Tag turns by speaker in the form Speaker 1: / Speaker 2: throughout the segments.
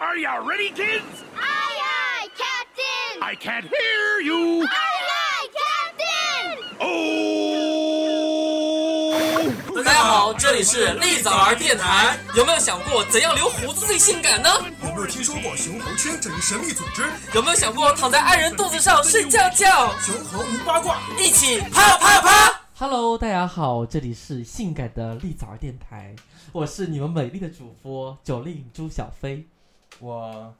Speaker 1: Are you ready, kids?
Speaker 2: Aye, aye, Captain!
Speaker 1: I can't hear you.
Speaker 2: aye, Captain!
Speaker 1: Oh!
Speaker 3: 大家好，这里是立早儿电台。有没有想过怎样留胡子最性感呢？
Speaker 4: 有没有听说过熊猴圈这一神秘组织？
Speaker 3: 有没有想过躺在爱人肚子上睡觉觉？
Speaker 4: 熊猴无八卦，
Speaker 3: 一起啪啪啪！
Speaker 5: Hello，大家好，这里是性感的丽枣儿电台，我是你们美丽的主播九令朱小飞，
Speaker 6: 我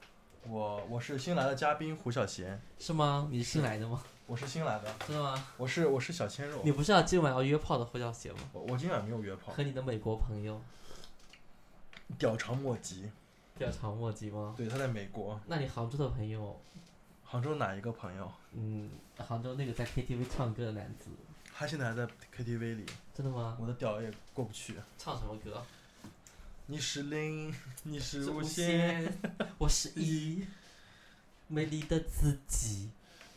Speaker 6: 我我是新来的嘉宾胡小贤，
Speaker 5: 是吗？你是新来的 吗？
Speaker 6: 我是新来的，
Speaker 5: 真的吗？
Speaker 6: 我是我是小鲜肉
Speaker 5: 你，不是要今晚要约炮的胡小姐吗？
Speaker 6: 我我今晚没有约炮，
Speaker 5: 和你的美国 朋友
Speaker 6: 屌长莫及，
Speaker 3: 啊
Speaker 5: 调查墨迹吗？
Speaker 6: 对，他在美国
Speaker 5: 那你杭州的朋友，
Speaker 6: 杭州哪一个朋友，
Speaker 5: 嗯，杭州那个在 KTV 唱歌的男子，
Speaker 6: 他现在还在 KTV 里，
Speaker 5: 真的吗？
Speaker 6: 我的屌也过不去。
Speaker 5: 唱什么歌？
Speaker 6: 你是零，你是无
Speaker 5: 无
Speaker 6: 限。
Speaker 5: 限，我是一，美丽的自己。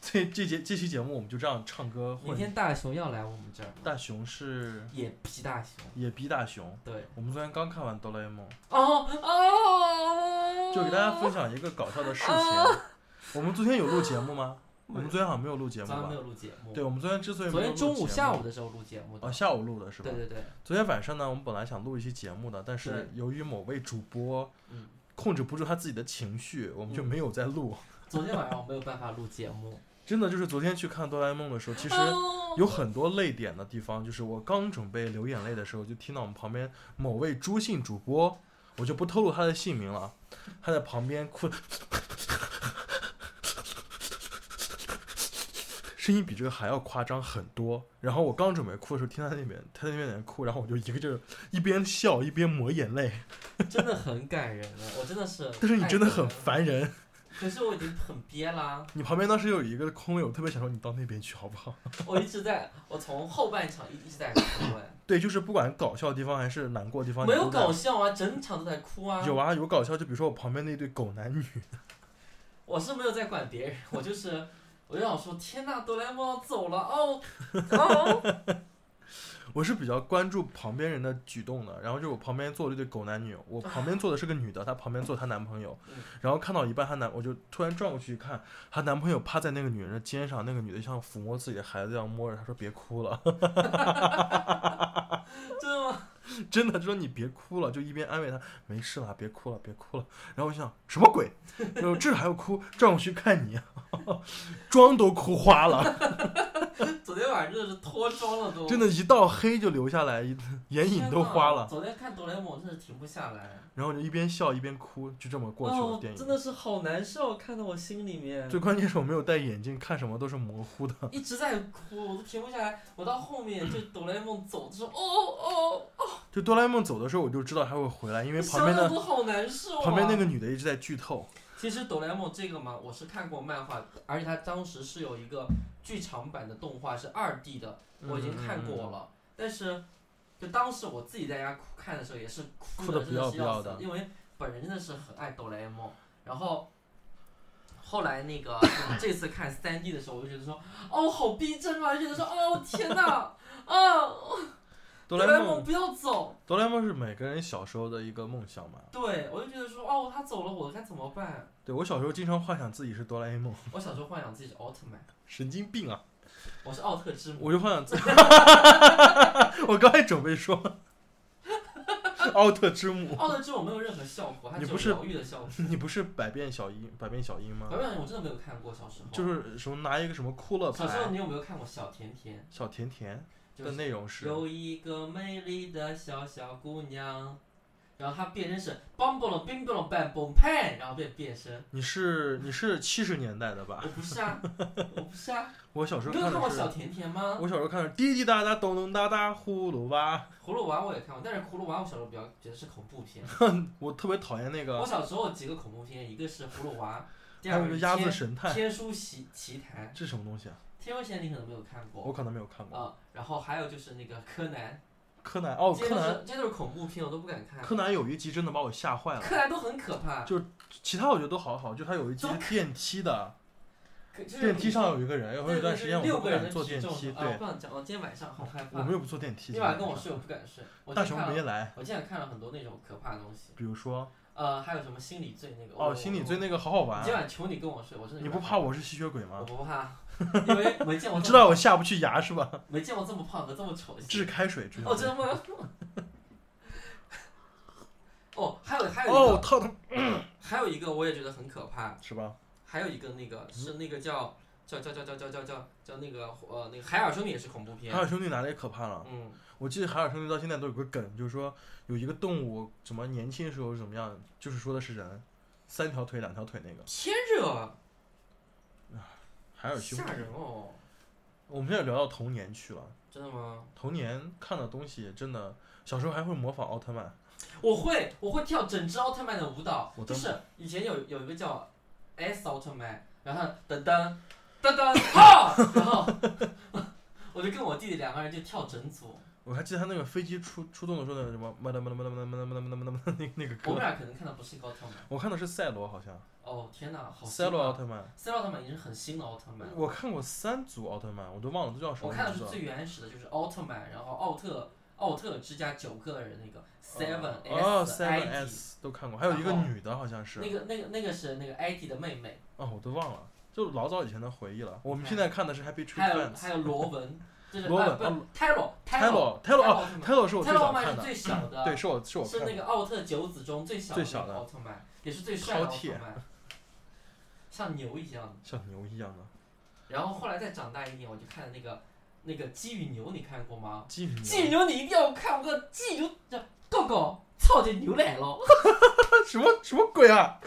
Speaker 6: 这这节这期节目我们就这样唱歌
Speaker 5: 明
Speaker 6: 混。
Speaker 5: 天大熊要来我们这儿吗，
Speaker 6: 大熊是
Speaker 5: 野皮大熊，
Speaker 6: 野逼大熊，
Speaker 5: 对，
Speaker 6: 我们昨天刚看完哆啦 A 梦，
Speaker 5: 哦哦，
Speaker 6: 就给大家分享一个搞笑的事情。我们昨天有录节目吗？我们昨天好像没有录节目
Speaker 5: 早上
Speaker 6: 吧
Speaker 5: 没？有录节目，
Speaker 6: 对，我们昨天之所以没
Speaker 5: 昨
Speaker 6: 有
Speaker 5: 天
Speaker 6: 录
Speaker 5: 中午、
Speaker 6: 节
Speaker 5: 下
Speaker 6: 目
Speaker 5: 午的时候录节目的，
Speaker 6: 哦，下午录的是吧？
Speaker 5: 对对对，
Speaker 6: 昨天晚上呢，我们本来想录一期节目的，但是
Speaker 5: 对
Speaker 6: 由于某位主播
Speaker 5: 嗯，
Speaker 6: 控制不住他自己的情绪，我们就
Speaker 5: 嗯
Speaker 6: 没有再录。
Speaker 5: 昨天晚上我没有办法录节 目，
Speaker 6: 真的就是昨天去看哆啦 A 梦的时候，其实
Speaker 5: 哦
Speaker 6: 有很多泪点的地方，就是我刚准备流眼泪的时候，就听到我们旁边某位朱姓主播，我就不透露他的姓名了，他在旁边哭，声音比这个还要夸张很多。然后我刚准备哭的时候，听他那边他在那边哭，然后我就一个劲儿一边笑一边抹眼泪。
Speaker 5: 真的很感人啊，我真的是，
Speaker 6: 但是你真的很，烦人，
Speaker 5: 可是我已经很憋啦，
Speaker 6: 你旁边当时有一个空位，我特别想说你到那边去好不好？
Speaker 5: 我一直在，我从后半场一直在哭，哎，
Speaker 6: 对，就是不管搞笑的地方还是难过的地方，
Speaker 5: 没
Speaker 6: 你
Speaker 5: 有
Speaker 6: 都在
Speaker 5: 搞笑啊，整场都在哭啊，
Speaker 6: 有啊，有搞笑，就比如说我旁边那对狗男女，
Speaker 5: 我是没有在管别人，我就是。我就想说，天呐，哆啦 A 梦要走了哦哦！
Speaker 6: 我是比较关注旁边人的举动的。然后就是我旁边坐了一对狗男女， 我旁边坐的是个女的，她旁边坐她男朋友
Speaker 5: 嗯，
Speaker 6: 然后看到一半，她男我就突然转过去看，她男朋友趴在那个女人的肩上，那个女的像抚摸自己的孩子一样摸着，她说别哭了，
Speaker 5: 真的吗？
Speaker 6: 真的她说你别哭了，就一边安慰她没事啦，别哭了，别哭了。然后我想什么鬼， 然后这还要哭，转过去看你，妆都哭花了。
Speaker 5: 昨天晚上真的是脱妆了都，
Speaker 6: 真的，一到黑就流下来，一眼影都花
Speaker 5: 天哪
Speaker 6: 了。
Speaker 5: 昨天看哆啦 A 梦真是停不下来，
Speaker 6: 然后就一边笑一边哭，就这么过去了
Speaker 5: 哦
Speaker 6: 电，影。
Speaker 5: 真的是好难受，看到我心里面
Speaker 6: 最关键是我没有戴眼镜，看什么都是模糊的。
Speaker 5: 一直在哭，我都停不下来。我到后面就哆啦 A 梦走的时候，哦哦，
Speaker 6: 就哆啦 A 梦走的时候，我就知道他会回来，因为旁
Speaker 5: 想
Speaker 6: 边
Speaker 5: 想
Speaker 6: 的
Speaker 5: 都好难受、啊。
Speaker 6: 旁边那个，女的一直在剧透。
Speaker 5: 其实哆啦 A 梦这个嘛，我是看过漫画，而且它当时是有一个剧场版的动画，是二 D 的，我已经看过
Speaker 6: 嗯
Speaker 5: 了。但是，就当时我自己在家哭看的时候，也是哭
Speaker 6: 哭得
Speaker 5: 的
Speaker 6: 不
Speaker 5: 真的是
Speaker 6: 要不
Speaker 5: 要
Speaker 6: 要
Speaker 5: 死
Speaker 6: 的，
Speaker 5: 因为本人真的是很爱哆啦 A 梦。然后后来那 个就是这次看三 D 的时候，我就觉得说，哦，好逼真啊！就觉得说， 哦，天哪，啊，
Speaker 6: 哆
Speaker 5: 哆
Speaker 6: 啦 A
Speaker 5: 啦 A 梦
Speaker 6: 梦，
Speaker 5: 不要走。
Speaker 6: 哆啦 A 梦是每个人小时候的一个梦想嘛。
Speaker 5: 对，我就觉得说，哦，他走了，我该怎么办？
Speaker 6: 对我小时候经常幻想自己是哆啦 A 梦，
Speaker 5: 我小时候幻想自己是奥特曼，
Speaker 6: 神经病啊！
Speaker 5: 我是奥特之母。
Speaker 6: 我就幻想自己， 我刚才准备说奥特之母，
Speaker 5: 奥特之母没有任何效果，它
Speaker 6: 你
Speaker 5: 只
Speaker 6: 不
Speaker 5: 有
Speaker 6: 是
Speaker 5: 疗愈的效果。
Speaker 6: 你不是百变小樱百变小樱吗？
Speaker 5: 小亮，我真的没有看过小时候。
Speaker 6: 就是什么拿一个什么酷乐
Speaker 5: 小时候
Speaker 6: 牌，
Speaker 5: 你有没有看过小甜甜？
Speaker 6: 小甜甜
Speaker 5: 就
Speaker 6: 的
Speaker 5: 是
Speaker 6: 内容是
Speaker 5: 有一个美丽的小小姑娘，然后她变身是 bang bang bang bang bang bang bang，然后变变身。
Speaker 6: 你是你是七十年代的
Speaker 5: 我
Speaker 6: 吧？
Speaker 5: 不是啊，我不是啊，
Speaker 6: 我小时
Speaker 5: 你没
Speaker 6: 候
Speaker 5: 有看
Speaker 6: 的
Speaker 5: 过小
Speaker 6: 是，
Speaker 5: 甜甜吗？
Speaker 6: 我小时候看的是滴滴答答咚咚哒哒呼噜哇，
Speaker 5: 葫芦娃我也看过，但是葫芦娃我小时候比较觉得是恐怖片。
Speaker 6: 我特别讨厌那
Speaker 5: 我
Speaker 6: 个，
Speaker 5: 小时候有几个恐怖片，一个是葫芦娃，第
Speaker 6: 还
Speaker 5: 二
Speaker 6: 有
Speaker 5: 个
Speaker 6: 个
Speaker 5: 是
Speaker 6: 鸭子
Speaker 5: 天
Speaker 6: 神探，
Speaker 5: 天书奇奇谭，
Speaker 6: 这什么东西啊？
Speaker 5: 天书奇谭你可能没有看过
Speaker 6: 我可能没有看
Speaker 5: 啊、
Speaker 6: 过。
Speaker 5: 然后还有就是那个柯南，
Speaker 6: 柯南哦，
Speaker 5: 这
Speaker 6: 柯
Speaker 5: 都
Speaker 6: 南，
Speaker 5: 是这都是恐怖片，我都不敢看。
Speaker 6: 柯南有一集真的把我吓坏了，
Speaker 5: 柯南都很可怕，
Speaker 6: 其他我觉得都好好，就他有一集
Speaker 5: 怎么
Speaker 6: 是电梯的，
Speaker 5: 可 就是
Speaker 6: 电梯上有一个人，然后
Speaker 5: 对对
Speaker 6: 有一段
Speaker 5: 对，
Speaker 6: 时间我都
Speaker 5: 六
Speaker 6: 不
Speaker 5: 个人
Speaker 6: 敢
Speaker 5: 的
Speaker 6: 坐
Speaker 5: 体
Speaker 6: 电
Speaker 5: 重
Speaker 6: 梯，
Speaker 5: 啊，我
Speaker 6: 对
Speaker 5: 不想讲了，今天晚上好害
Speaker 6: 我
Speaker 5: 怕
Speaker 6: 们。又不坐电梯。
Speaker 5: 今晚
Speaker 6: 基
Speaker 5: 跟
Speaker 6: 本
Speaker 5: 我
Speaker 6: 上
Speaker 5: 睡，我不敢睡。我
Speaker 6: 大
Speaker 5: 今
Speaker 6: 熊
Speaker 5: 天看
Speaker 6: 没
Speaker 5: 了，
Speaker 6: 来，
Speaker 5: 我今天看了很多那种可怕的东西，
Speaker 6: 比如说。
Speaker 5: 呃，还有什么心理罪那个？
Speaker 6: 哦，心理罪那个好好
Speaker 5: 我
Speaker 6: 玩啊
Speaker 5: 今。晚求你跟我睡，我真的
Speaker 6: 你
Speaker 5: 有
Speaker 6: 不
Speaker 5: 点
Speaker 6: 怕我是吸血鬼
Speaker 5: 我
Speaker 6: 吗？
Speaker 5: 不怕， 因为没见过这么
Speaker 6: 你知道我下不去牙是吧？
Speaker 5: 没见过这么胖和这么丑的。
Speaker 6: 这是开水，这是
Speaker 5: 哦，真的吗？ 哦，还有还有一个、
Speaker 6: 哦，烫的
Speaker 5: 还有一个我也觉得很可怕，
Speaker 6: 是吧？
Speaker 5: 还有一个那
Speaker 6: 嗯
Speaker 5: 个是那个叫叫叫叫叫叫叫叫叫那个呃那个海尔兄弟也是恐怖片
Speaker 6: 海，尔兄弟哪里也可怕了？
Speaker 5: 嗯，
Speaker 6: 我记得海尔兄弟到现在都有个梗，就是说有一个动物怎么年轻的时候是怎么样，就是说的是人，三条腿两条腿那个
Speaker 5: 天热
Speaker 6: 海尔兄弟
Speaker 5: 吓。人哦，
Speaker 6: 我们现在聊到童年去了，
Speaker 5: 真的吗？
Speaker 6: 童年看的东西真的，小时候还会模仿奥特曼，
Speaker 5: 我会我会跳整只奥特曼的舞蹈
Speaker 6: 我，
Speaker 5: 就
Speaker 6: 真
Speaker 5: 是以前有有一个叫 S 奥特曼，然后噔噔噔 噔哈，然后我就跟我弟弟两个人就跳整组，
Speaker 6: 我还记得他那个飞机出出动的时候那个什么哒哒哒哒哒哒哒哒哒哒那那个
Speaker 5: 我们
Speaker 6: 歌，
Speaker 5: 俩可能看的不是一个奥特曼。
Speaker 6: 我看的是赛罗好像，
Speaker 5: 哦天哪，好新
Speaker 6: 赛罗奥
Speaker 5: 啊！
Speaker 6: 特曼，
Speaker 5: 赛罗奥特曼已经是很新的奥特曼了，
Speaker 6: 我看过三组奥特曼，我都忘了都叫什
Speaker 5: 我
Speaker 6: 么
Speaker 5: 看的
Speaker 6: 名
Speaker 5: 是
Speaker 6: 字了。
Speaker 5: 最原始的，就是奥特曼，然后奥特奥特之家九个人那个 Seven
Speaker 6: 哦
Speaker 5: S
Speaker 6: ，Seven
Speaker 5: ID，
Speaker 6: S 都看过，还有一个
Speaker 5: 然后
Speaker 6: 女的好像是，
Speaker 5: 那个那个那个是那个 ID 的妹妹，
Speaker 6: 哦，我都忘了，就老早以前的回忆了。我们
Speaker 5: 哎
Speaker 6: 现在看的是 Happy Tree
Speaker 5: 还有还
Speaker 6: Friends。
Speaker 5: 有罗文，就是
Speaker 6: 罗文
Speaker 5: 啊不
Speaker 6: 啊
Speaker 5: ，Taro
Speaker 6: Talo
Speaker 5: Taro
Speaker 6: ，Talo
Speaker 5: 奥
Speaker 6: 哦
Speaker 5: 特曼
Speaker 6: ，Talo 是我最
Speaker 5: Taro 奥特
Speaker 6: 早
Speaker 5: 曼
Speaker 6: 看
Speaker 5: 是
Speaker 6: 的，
Speaker 5: 最小的，
Speaker 6: 对，是我是我
Speaker 5: 是
Speaker 6: 看
Speaker 5: 那
Speaker 6: 的。
Speaker 5: 个奥特九子中最小
Speaker 6: 最
Speaker 5: 的那
Speaker 6: 小
Speaker 5: 个
Speaker 6: 的
Speaker 5: 奥特曼，也是最帅的
Speaker 6: 饕
Speaker 5: 奥特
Speaker 6: 餮
Speaker 5: 曼，像牛一样的。
Speaker 6: 像牛一样的
Speaker 5: 然后后来再长大一点，我就看那个那个鸡与牛，你看过吗？
Speaker 6: 金鱼，
Speaker 5: 鸡与牛你一定要看，我个鸡与牛这狗狗操着牛奶了，
Speaker 6: 什么什么鬼啊？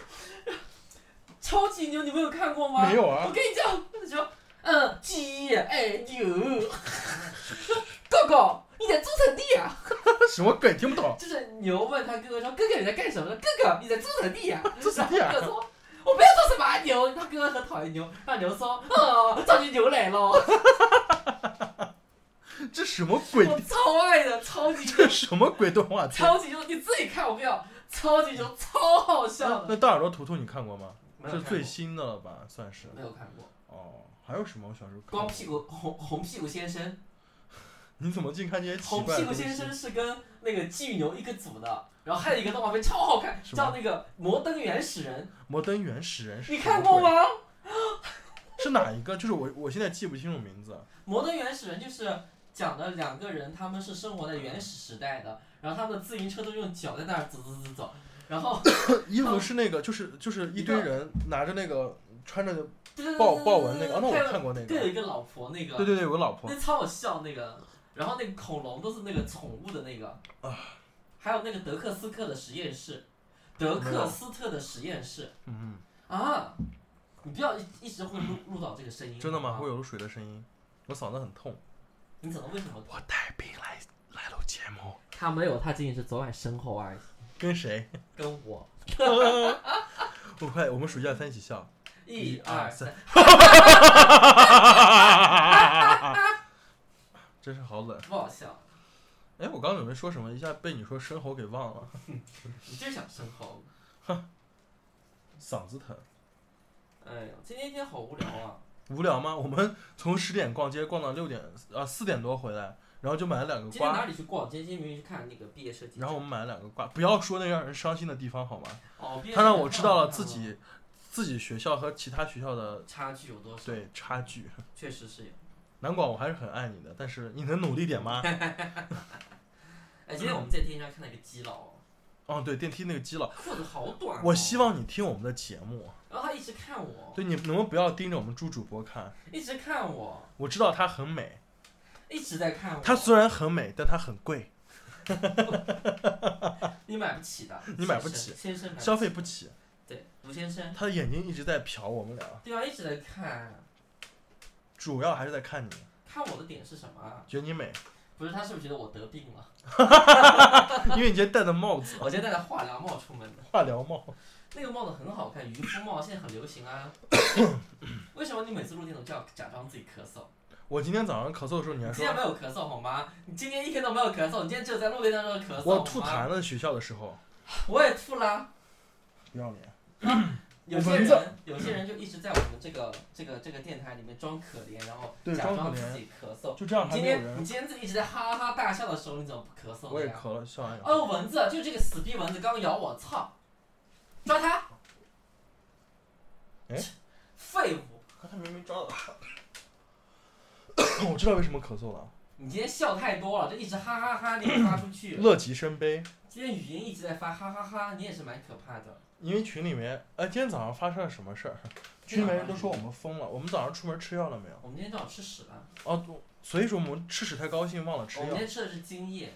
Speaker 5: 超级牛你没有看过吗？
Speaker 6: 没有
Speaker 5: 我
Speaker 6: 啊，
Speaker 5: 跟你讲，那时候嗯鸡哎牛， 狗狗你在做什地啊？
Speaker 6: 什么鬼？听不懂。
Speaker 5: 就是牛问他哥哥说哥哥你在干什么？哥哥你在做什地啊？
Speaker 6: 这是地
Speaker 5: 然
Speaker 6: 啊
Speaker 5: 后哥哥说。我没有做什么、啊、牛，他哥哥很讨厌牛，让牛说，哦，造起牛奶了，
Speaker 6: 这什么鬼？
Speaker 5: 我超爱的，超级
Speaker 6: 这什么鬼动画片？
Speaker 5: 超级熊，你自己看，我跟你讲，超级熊超好笑的。
Speaker 6: 那大耳朵图图你看过吗？
Speaker 5: 没
Speaker 6: 这
Speaker 5: 有
Speaker 6: 是
Speaker 5: 看
Speaker 6: 最
Speaker 5: 过
Speaker 6: 新的了吧？算是
Speaker 5: 没有看过，
Speaker 6: 哦。还有什么？我小时候看
Speaker 5: 光
Speaker 6: 过
Speaker 5: 屁股红红屁股先生，
Speaker 6: 你怎么净看这些奇
Speaker 5: 红
Speaker 6: 怪
Speaker 5: 屁
Speaker 6: 的
Speaker 5: 股
Speaker 6: 东
Speaker 5: 先？
Speaker 6: 西
Speaker 5: 生是跟那个鸡与牛一个组的，然后还有一个动画片超好看，
Speaker 6: 什么
Speaker 5: 叫那个《摩登原始人
Speaker 6: 摩登原始人》，是
Speaker 5: 你
Speaker 6: 什
Speaker 5: 看
Speaker 6: 么
Speaker 5: 过
Speaker 6: 鬼？
Speaker 5: 吗？
Speaker 6: 是哪一个？就是我我现在记不清楚名字。
Speaker 5: 《摩登原始人》就是讲的两个人，他们是生活在原始时代的，然后他们的自行车都用脚在那儿走走走走，然后
Speaker 6: 衣服是那个，就是就是一
Speaker 5: 一
Speaker 6: 堆
Speaker 5: 个
Speaker 6: 人拿着那个穿着豹
Speaker 5: 豹
Speaker 6: 豹纹那个，哦，那我看过那
Speaker 5: 更有
Speaker 6: 个，
Speaker 5: 一个老婆那个，
Speaker 6: 对对对，我老婆
Speaker 5: 那超好笑那个，然后那个恐龙都是那个宠物的那个，
Speaker 6: 啊
Speaker 5: 还有那个德克斯特的实验室，德克斯特的实验室
Speaker 6: 嗯，
Speaker 5: 啊，你不要一一直会录录到这个声音，
Speaker 6: 真的吗？
Speaker 5: 好
Speaker 6: 会
Speaker 5: 吗？
Speaker 6: 有水的声音，我嗓子很痛。
Speaker 5: 你怎么为什么？
Speaker 6: 我带病来来录节目，
Speaker 5: 他没有，他仅仅是昨晚身后而已，
Speaker 6: 跟谁？
Speaker 5: 跟我
Speaker 6: 我快，我们暑假三起笑。
Speaker 5: 一
Speaker 6: 一二
Speaker 5: 二三，
Speaker 6: 真是好冷！
Speaker 5: 不好笑，
Speaker 6: 哎，我刚准备说什么，一下被你说生喉给忘了，
Speaker 5: 你就想身后。
Speaker 6: 嗓子疼。
Speaker 5: 哎呦，今天一天好无聊啊！
Speaker 6: 无聊吗？我们从十点逛街逛到六点，啊四点多回来，然后就买了两个
Speaker 5: 今天
Speaker 6: 瓜，
Speaker 5: 哪里去逛？今天明明去看那个毕业设计展。
Speaker 6: 然后我们买了两个瓜。不要说那让人伤心的地方好吗？
Speaker 5: 哦，毕业
Speaker 6: 他
Speaker 5: 设
Speaker 6: 让
Speaker 5: 计
Speaker 6: 我
Speaker 5: 展
Speaker 6: 知道
Speaker 5: 好
Speaker 6: 了
Speaker 5: 看
Speaker 6: 自
Speaker 5: 吗
Speaker 6: 己自己学校和其他学校的
Speaker 5: 差距有多少。，
Speaker 6: 对差距。
Speaker 5: 确实是有。
Speaker 6: 南广，我还是很爱你的，但是你能努力 点吗？
Speaker 5: 哎，今天我们在电视上看到一个基佬哦，
Speaker 6: 哦，对，电梯那个基佬，
Speaker 5: 裤子好短、哦
Speaker 6: 我希，望你听我们的节目，
Speaker 5: 然后他一直看我，
Speaker 6: 对，你能不能不要盯着我们朱主播看？
Speaker 5: 一直看我，
Speaker 6: 我知道她很美，
Speaker 5: 一直在看我。
Speaker 6: 她虽然很美，但她很贵，
Speaker 5: 你买不起的，
Speaker 6: 你买不起
Speaker 5: 先生先生买
Speaker 6: 消费不起。
Speaker 5: 对，吴先生，
Speaker 6: 她的眼睛一直在瞟我们俩，
Speaker 5: 对啊，一直在看，
Speaker 6: 主要还是在看你，
Speaker 5: 看我的点是什么啊？
Speaker 6: 觉得你美，
Speaker 5: 不是他是不是觉得我得病了？
Speaker 6: 因为你今天戴的帽子，
Speaker 5: 我今天戴着化疗帽出门的，
Speaker 6: 化疗帽，
Speaker 5: 那个帽子很好看，渔夫帽现在很流行 啊。为什么你每次录电台就要假装自己咳嗽？
Speaker 6: 我今天早上咳嗽的时候，你
Speaker 5: 你
Speaker 6: 还
Speaker 5: 今天没
Speaker 6: 说
Speaker 5: 有咳嗽好吗？你今天一天都没有咳嗽，你今天只有在录电台上咳嗽
Speaker 6: 我吐
Speaker 5: 好吗
Speaker 6: 痰了，学校的时候，
Speaker 5: 我也吐啦。
Speaker 6: 不要脸，
Speaker 5: 有些
Speaker 6: 蚊子
Speaker 5: 人，有些人就一直在我们这个这个这个电台里面装可怜，然后
Speaker 6: 对
Speaker 5: 假
Speaker 6: 装
Speaker 5: 装
Speaker 6: 可
Speaker 5: 自
Speaker 6: 怜
Speaker 5: 己咳嗽。
Speaker 6: 就这样
Speaker 5: 你
Speaker 6: 还
Speaker 5: 今
Speaker 6: 没有
Speaker 5: 天你
Speaker 6: 人，
Speaker 5: 今天自己一直在哈哈大笑的时候，你怎么不咳嗽
Speaker 6: 我
Speaker 5: 的
Speaker 6: 也
Speaker 5: 呀？哦
Speaker 6: 咳了，笑完以后
Speaker 5: 哦，蚊子，就这个死逼蚊子刚咬我，操！
Speaker 6: 哎
Speaker 5: 废物！
Speaker 6: 刚才明明抓到他。哦我知道为什么咳嗽了。
Speaker 5: 你今天笑太多了，就一直哈哈哈，你也发出去。
Speaker 6: 乐极生悲，
Speaker 5: 今天语音一直在发哈哈哈，你也是蛮可怕的。
Speaker 6: 因为群里面，哎，今天早上发生了什么事儿？群里面人都说我们疯了。我们早上出门吃药了没有？
Speaker 5: 我们今天正好吃屎了，
Speaker 6: 哦，对所以说我们吃屎太高兴，忘了吃
Speaker 5: 我们今
Speaker 6: 药。
Speaker 5: 天吃的是精液，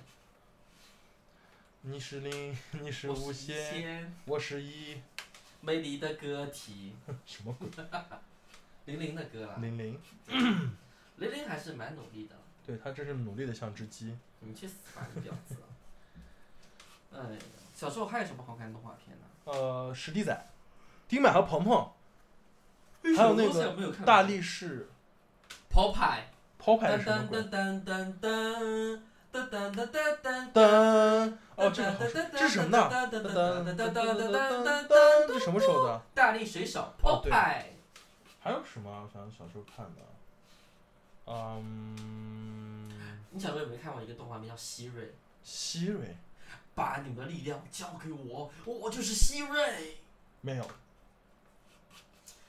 Speaker 6: 你是零，你是
Speaker 5: 我
Speaker 6: 无
Speaker 5: 是
Speaker 6: 限，
Speaker 5: 仙，
Speaker 6: 我是一
Speaker 5: 美丽的个体，
Speaker 6: 什么鬼
Speaker 5: 玲玲的歌啦，
Speaker 6: 零零。
Speaker 5: 玲玲还是蛮努力的。
Speaker 6: 对他真是努力的像只鸡。
Speaker 5: 你们去死吧，你婊子！哎，小时候还有什么好看的动画片呢？
Speaker 6: 呃，史迪仔、丁满和鹏鹏，还有那个
Speaker 5: 个
Speaker 6: 大力士
Speaker 5: 跑派，
Speaker 6: 抛牌
Speaker 5: 噔
Speaker 6: 是什么
Speaker 5: 噔
Speaker 6: 鬼？
Speaker 5: 噔噔噔噔噔噔噔噔噔
Speaker 6: 噔，哦，这个好这是什么呢？噔噔噔噔噔噔噔，这什么时候的？
Speaker 5: 大力水手
Speaker 6: 哦
Speaker 5: 跑派，
Speaker 6: 还有什么啊？我想小时候看的，嗯，
Speaker 5: 你小时候有没有看过一个动画片叫《希瑞》？
Speaker 6: 希瑞
Speaker 5: 把你们的力量交给我，我就是希瑞。
Speaker 6: 没有
Speaker 5: 哦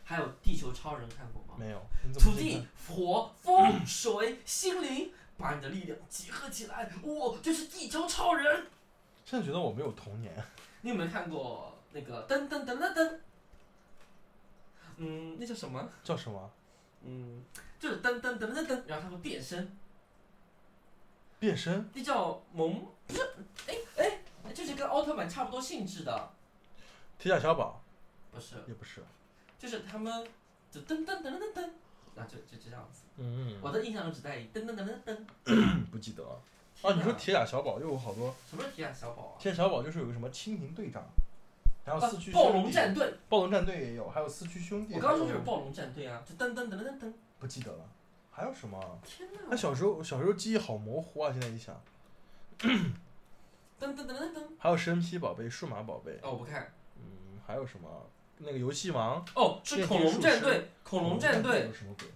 Speaker 5: 还有《地球超人》看过吗？
Speaker 6: 没有，你怎么
Speaker 5: 土
Speaker 6: 会看
Speaker 5: 地、火、 风、水、心灵，把你的力量集合起来，我就是地球超人。
Speaker 6: 现在觉得我没有童年，
Speaker 5: 你有没有看过那个噔噔噔噔噔？嗯，那叫什么？
Speaker 6: 叫什么
Speaker 5: 嗯，就是噔噔噔噔噔，然后他会变身，
Speaker 6: 变身？
Speaker 5: 那叫萌，不是？哎哎，就是跟奥特曼差不多性质的，
Speaker 6: 铁甲小宝
Speaker 5: 不是？
Speaker 6: 也不是，
Speaker 5: 就是他们就噔噔噔噔噔，啊，就就就这样子。
Speaker 6: 嗯，
Speaker 5: 我的印象中只在于噔噔噔噔噔。
Speaker 6: 不记得了。啊，你说铁甲小宝又有好多，
Speaker 5: 什么是铁甲小宝啊？
Speaker 6: 铁甲小宝就是有个什么蜻蜓队长，还有
Speaker 5: 啊
Speaker 6: 四驱
Speaker 5: 暴
Speaker 6: 兄
Speaker 5: 龙
Speaker 6: 弟
Speaker 5: 战队，
Speaker 6: 暴龙战队也有，还有四驱兄弟。
Speaker 5: 我刚刚说
Speaker 6: 还
Speaker 5: 就
Speaker 6: 有
Speaker 5: 是暴龙战队啊，就噔噔噔噔噔。
Speaker 6: 不记得了，还有什么啊？
Speaker 5: 天
Speaker 6: 那
Speaker 5: 哪！
Speaker 6: 小时候小时候记忆好模糊啊，现在一想，
Speaker 5: 噔噔噔噔噔。
Speaker 6: 还有神奇宝贝、数码宝贝，
Speaker 5: 哦，我不看。
Speaker 6: 嗯，还有什么？那个游戏王，
Speaker 5: 哦，是恐龙战队，恐龙战队
Speaker 6: 有，什么鬼？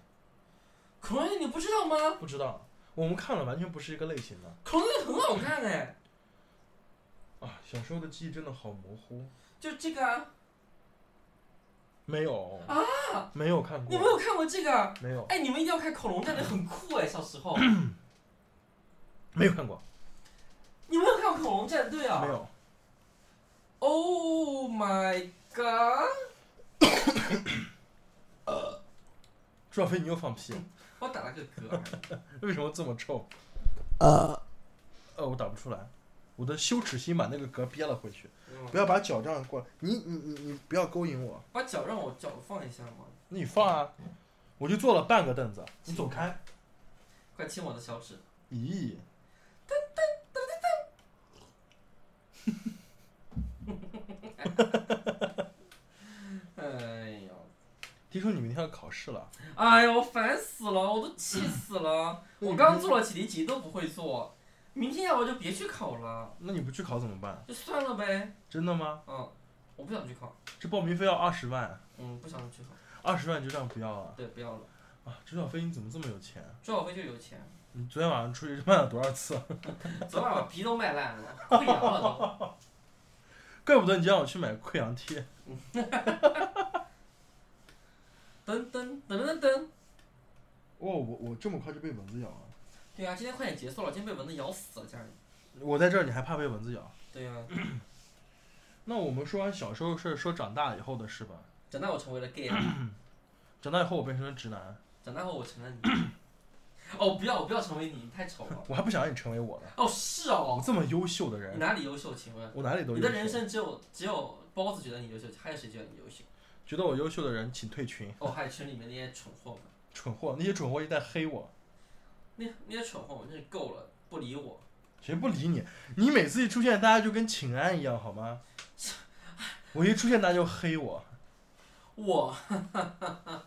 Speaker 5: 恐龙战队你不知道吗？
Speaker 6: 不知道，我们看了完全不是一个类型的
Speaker 5: 恐龙战队很好看哎，
Speaker 6: 啊！小时候的记忆真的好模糊，
Speaker 5: 就这个啊，
Speaker 6: 没有啊，没有看
Speaker 5: 你
Speaker 6: 过
Speaker 5: 没，有看过这个啊？
Speaker 6: 没有，
Speaker 5: 哎，你们一定要看恐龙战队，很酷哎，小时 候。
Speaker 6: 没有看过，
Speaker 5: 你没有看过恐龙战队啊？
Speaker 6: 没。有，
Speaker 5: Oh my god！
Speaker 6: 朱小飞你又放屁了，
Speaker 5: 我打了个嗝。
Speaker 6: 为什么这么臭？呃，呃，我打不出来，我的羞耻心把那个嗝憋了回去。
Speaker 5: 嗯
Speaker 6: 不要把脚这样过来，你你你你不要勾引我，
Speaker 5: 把脚让我脚放一下嘛，
Speaker 6: 那你放啊，我就坐了半个凳子，你走开。
Speaker 5: 快亲我的小指。
Speaker 6: 咦，
Speaker 5: 哎呦。
Speaker 6: 听说你明天要考试了，
Speaker 5: 哎呦，烦死了，我都气死了！
Speaker 6: 嗯
Speaker 5: 我刚做了几题题都不会做，明天要不就别去考了，
Speaker 6: 那你不去考怎么办？啊
Speaker 5: 就算了呗。
Speaker 6: 真的吗？
Speaker 5: 嗯，我不想去考，
Speaker 6: 这报名费要二十万，啊
Speaker 5: 嗯，不想去考，
Speaker 6: 二十万就这样不要了
Speaker 5: 对，不要了。
Speaker 6: 啊！周小飞你怎么这么有钱？啊
Speaker 5: 朱小飞就有钱，
Speaker 6: 你昨天晚上出去卖了多少次？啊
Speaker 5: 昨晚把皮都卖烂了， 溃疡了都。
Speaker 6: 怪不得你让我去买溃疡贴。
Speaker 5: 噔噔噔噔噔。
Speaker 6: 哇、我我这么快就被蚊子咬了？
Speaker 5: 对啊，今天快点结束了，今天被蚊子咬死了家里。
Speaker 6: 我在这儿你还怕被蚊子咬？
Speaker 5: 对啊，
Speaker 6: 那我们说完小时候的事儿，说长大以后的事吧。
Speaker 5: 长大我成为了 gay 啊，
Speaker 6: 长大以后我变成了直男，
Speaker 5: 长大后我成了你。哦，不要，我不要成为你，你太丑了。
Speaker 6: 我还不想让你成为我呢。
Speaker 5: 哦，是
Speaker 6: 我
Speaker 5: 哦，
Speaker 6: 这么优秀的
Speaker 5: 你
Speaker 6: 人，
Speaker 5: 哪里优秀？请问？
Speaker 6: 我哪里都
Speaker 5: 你
Speaker 6: 优秀。
Speaker 5: 的人生只有只有包子觉得你优秀，还有谁觉得你优秀？
Speaker 6: 觉得我优秀的人，请退群。
Speaker 5: 哦，还有群里面那些蠢货们，
Speaker 6: 蠢货，那些蠢货一直在黑我，
Speaker 5: 那那些蠢货们真是够了，不理我。
Speaker 6: 谁不理你？你每次一出现，大家就跟请安一样，好吗？我一出现，大家就黑我。
Speaker 5: 我，哈哈哈哈，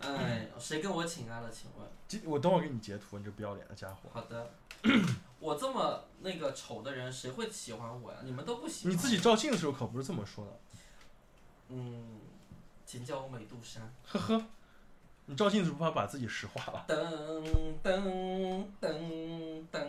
Speaker 5: 哎，谁跟我请安了？请问？
Speaker 6: 今我等会儿给你截图，你这不要脸的家伙！
Speaker 5: 好的， 我这么那个丑的人，谁会喜欢我呀？你们都不喜欢。
Speaker 6: 你自己。照镜的时候可不是这么说的，
Speaker 5: 嗯，请叫我美杜莎。
Speaker 6: 呵呵。你照镜子不怕把自己石化了？
Speaker 5: 噔噔噔噔。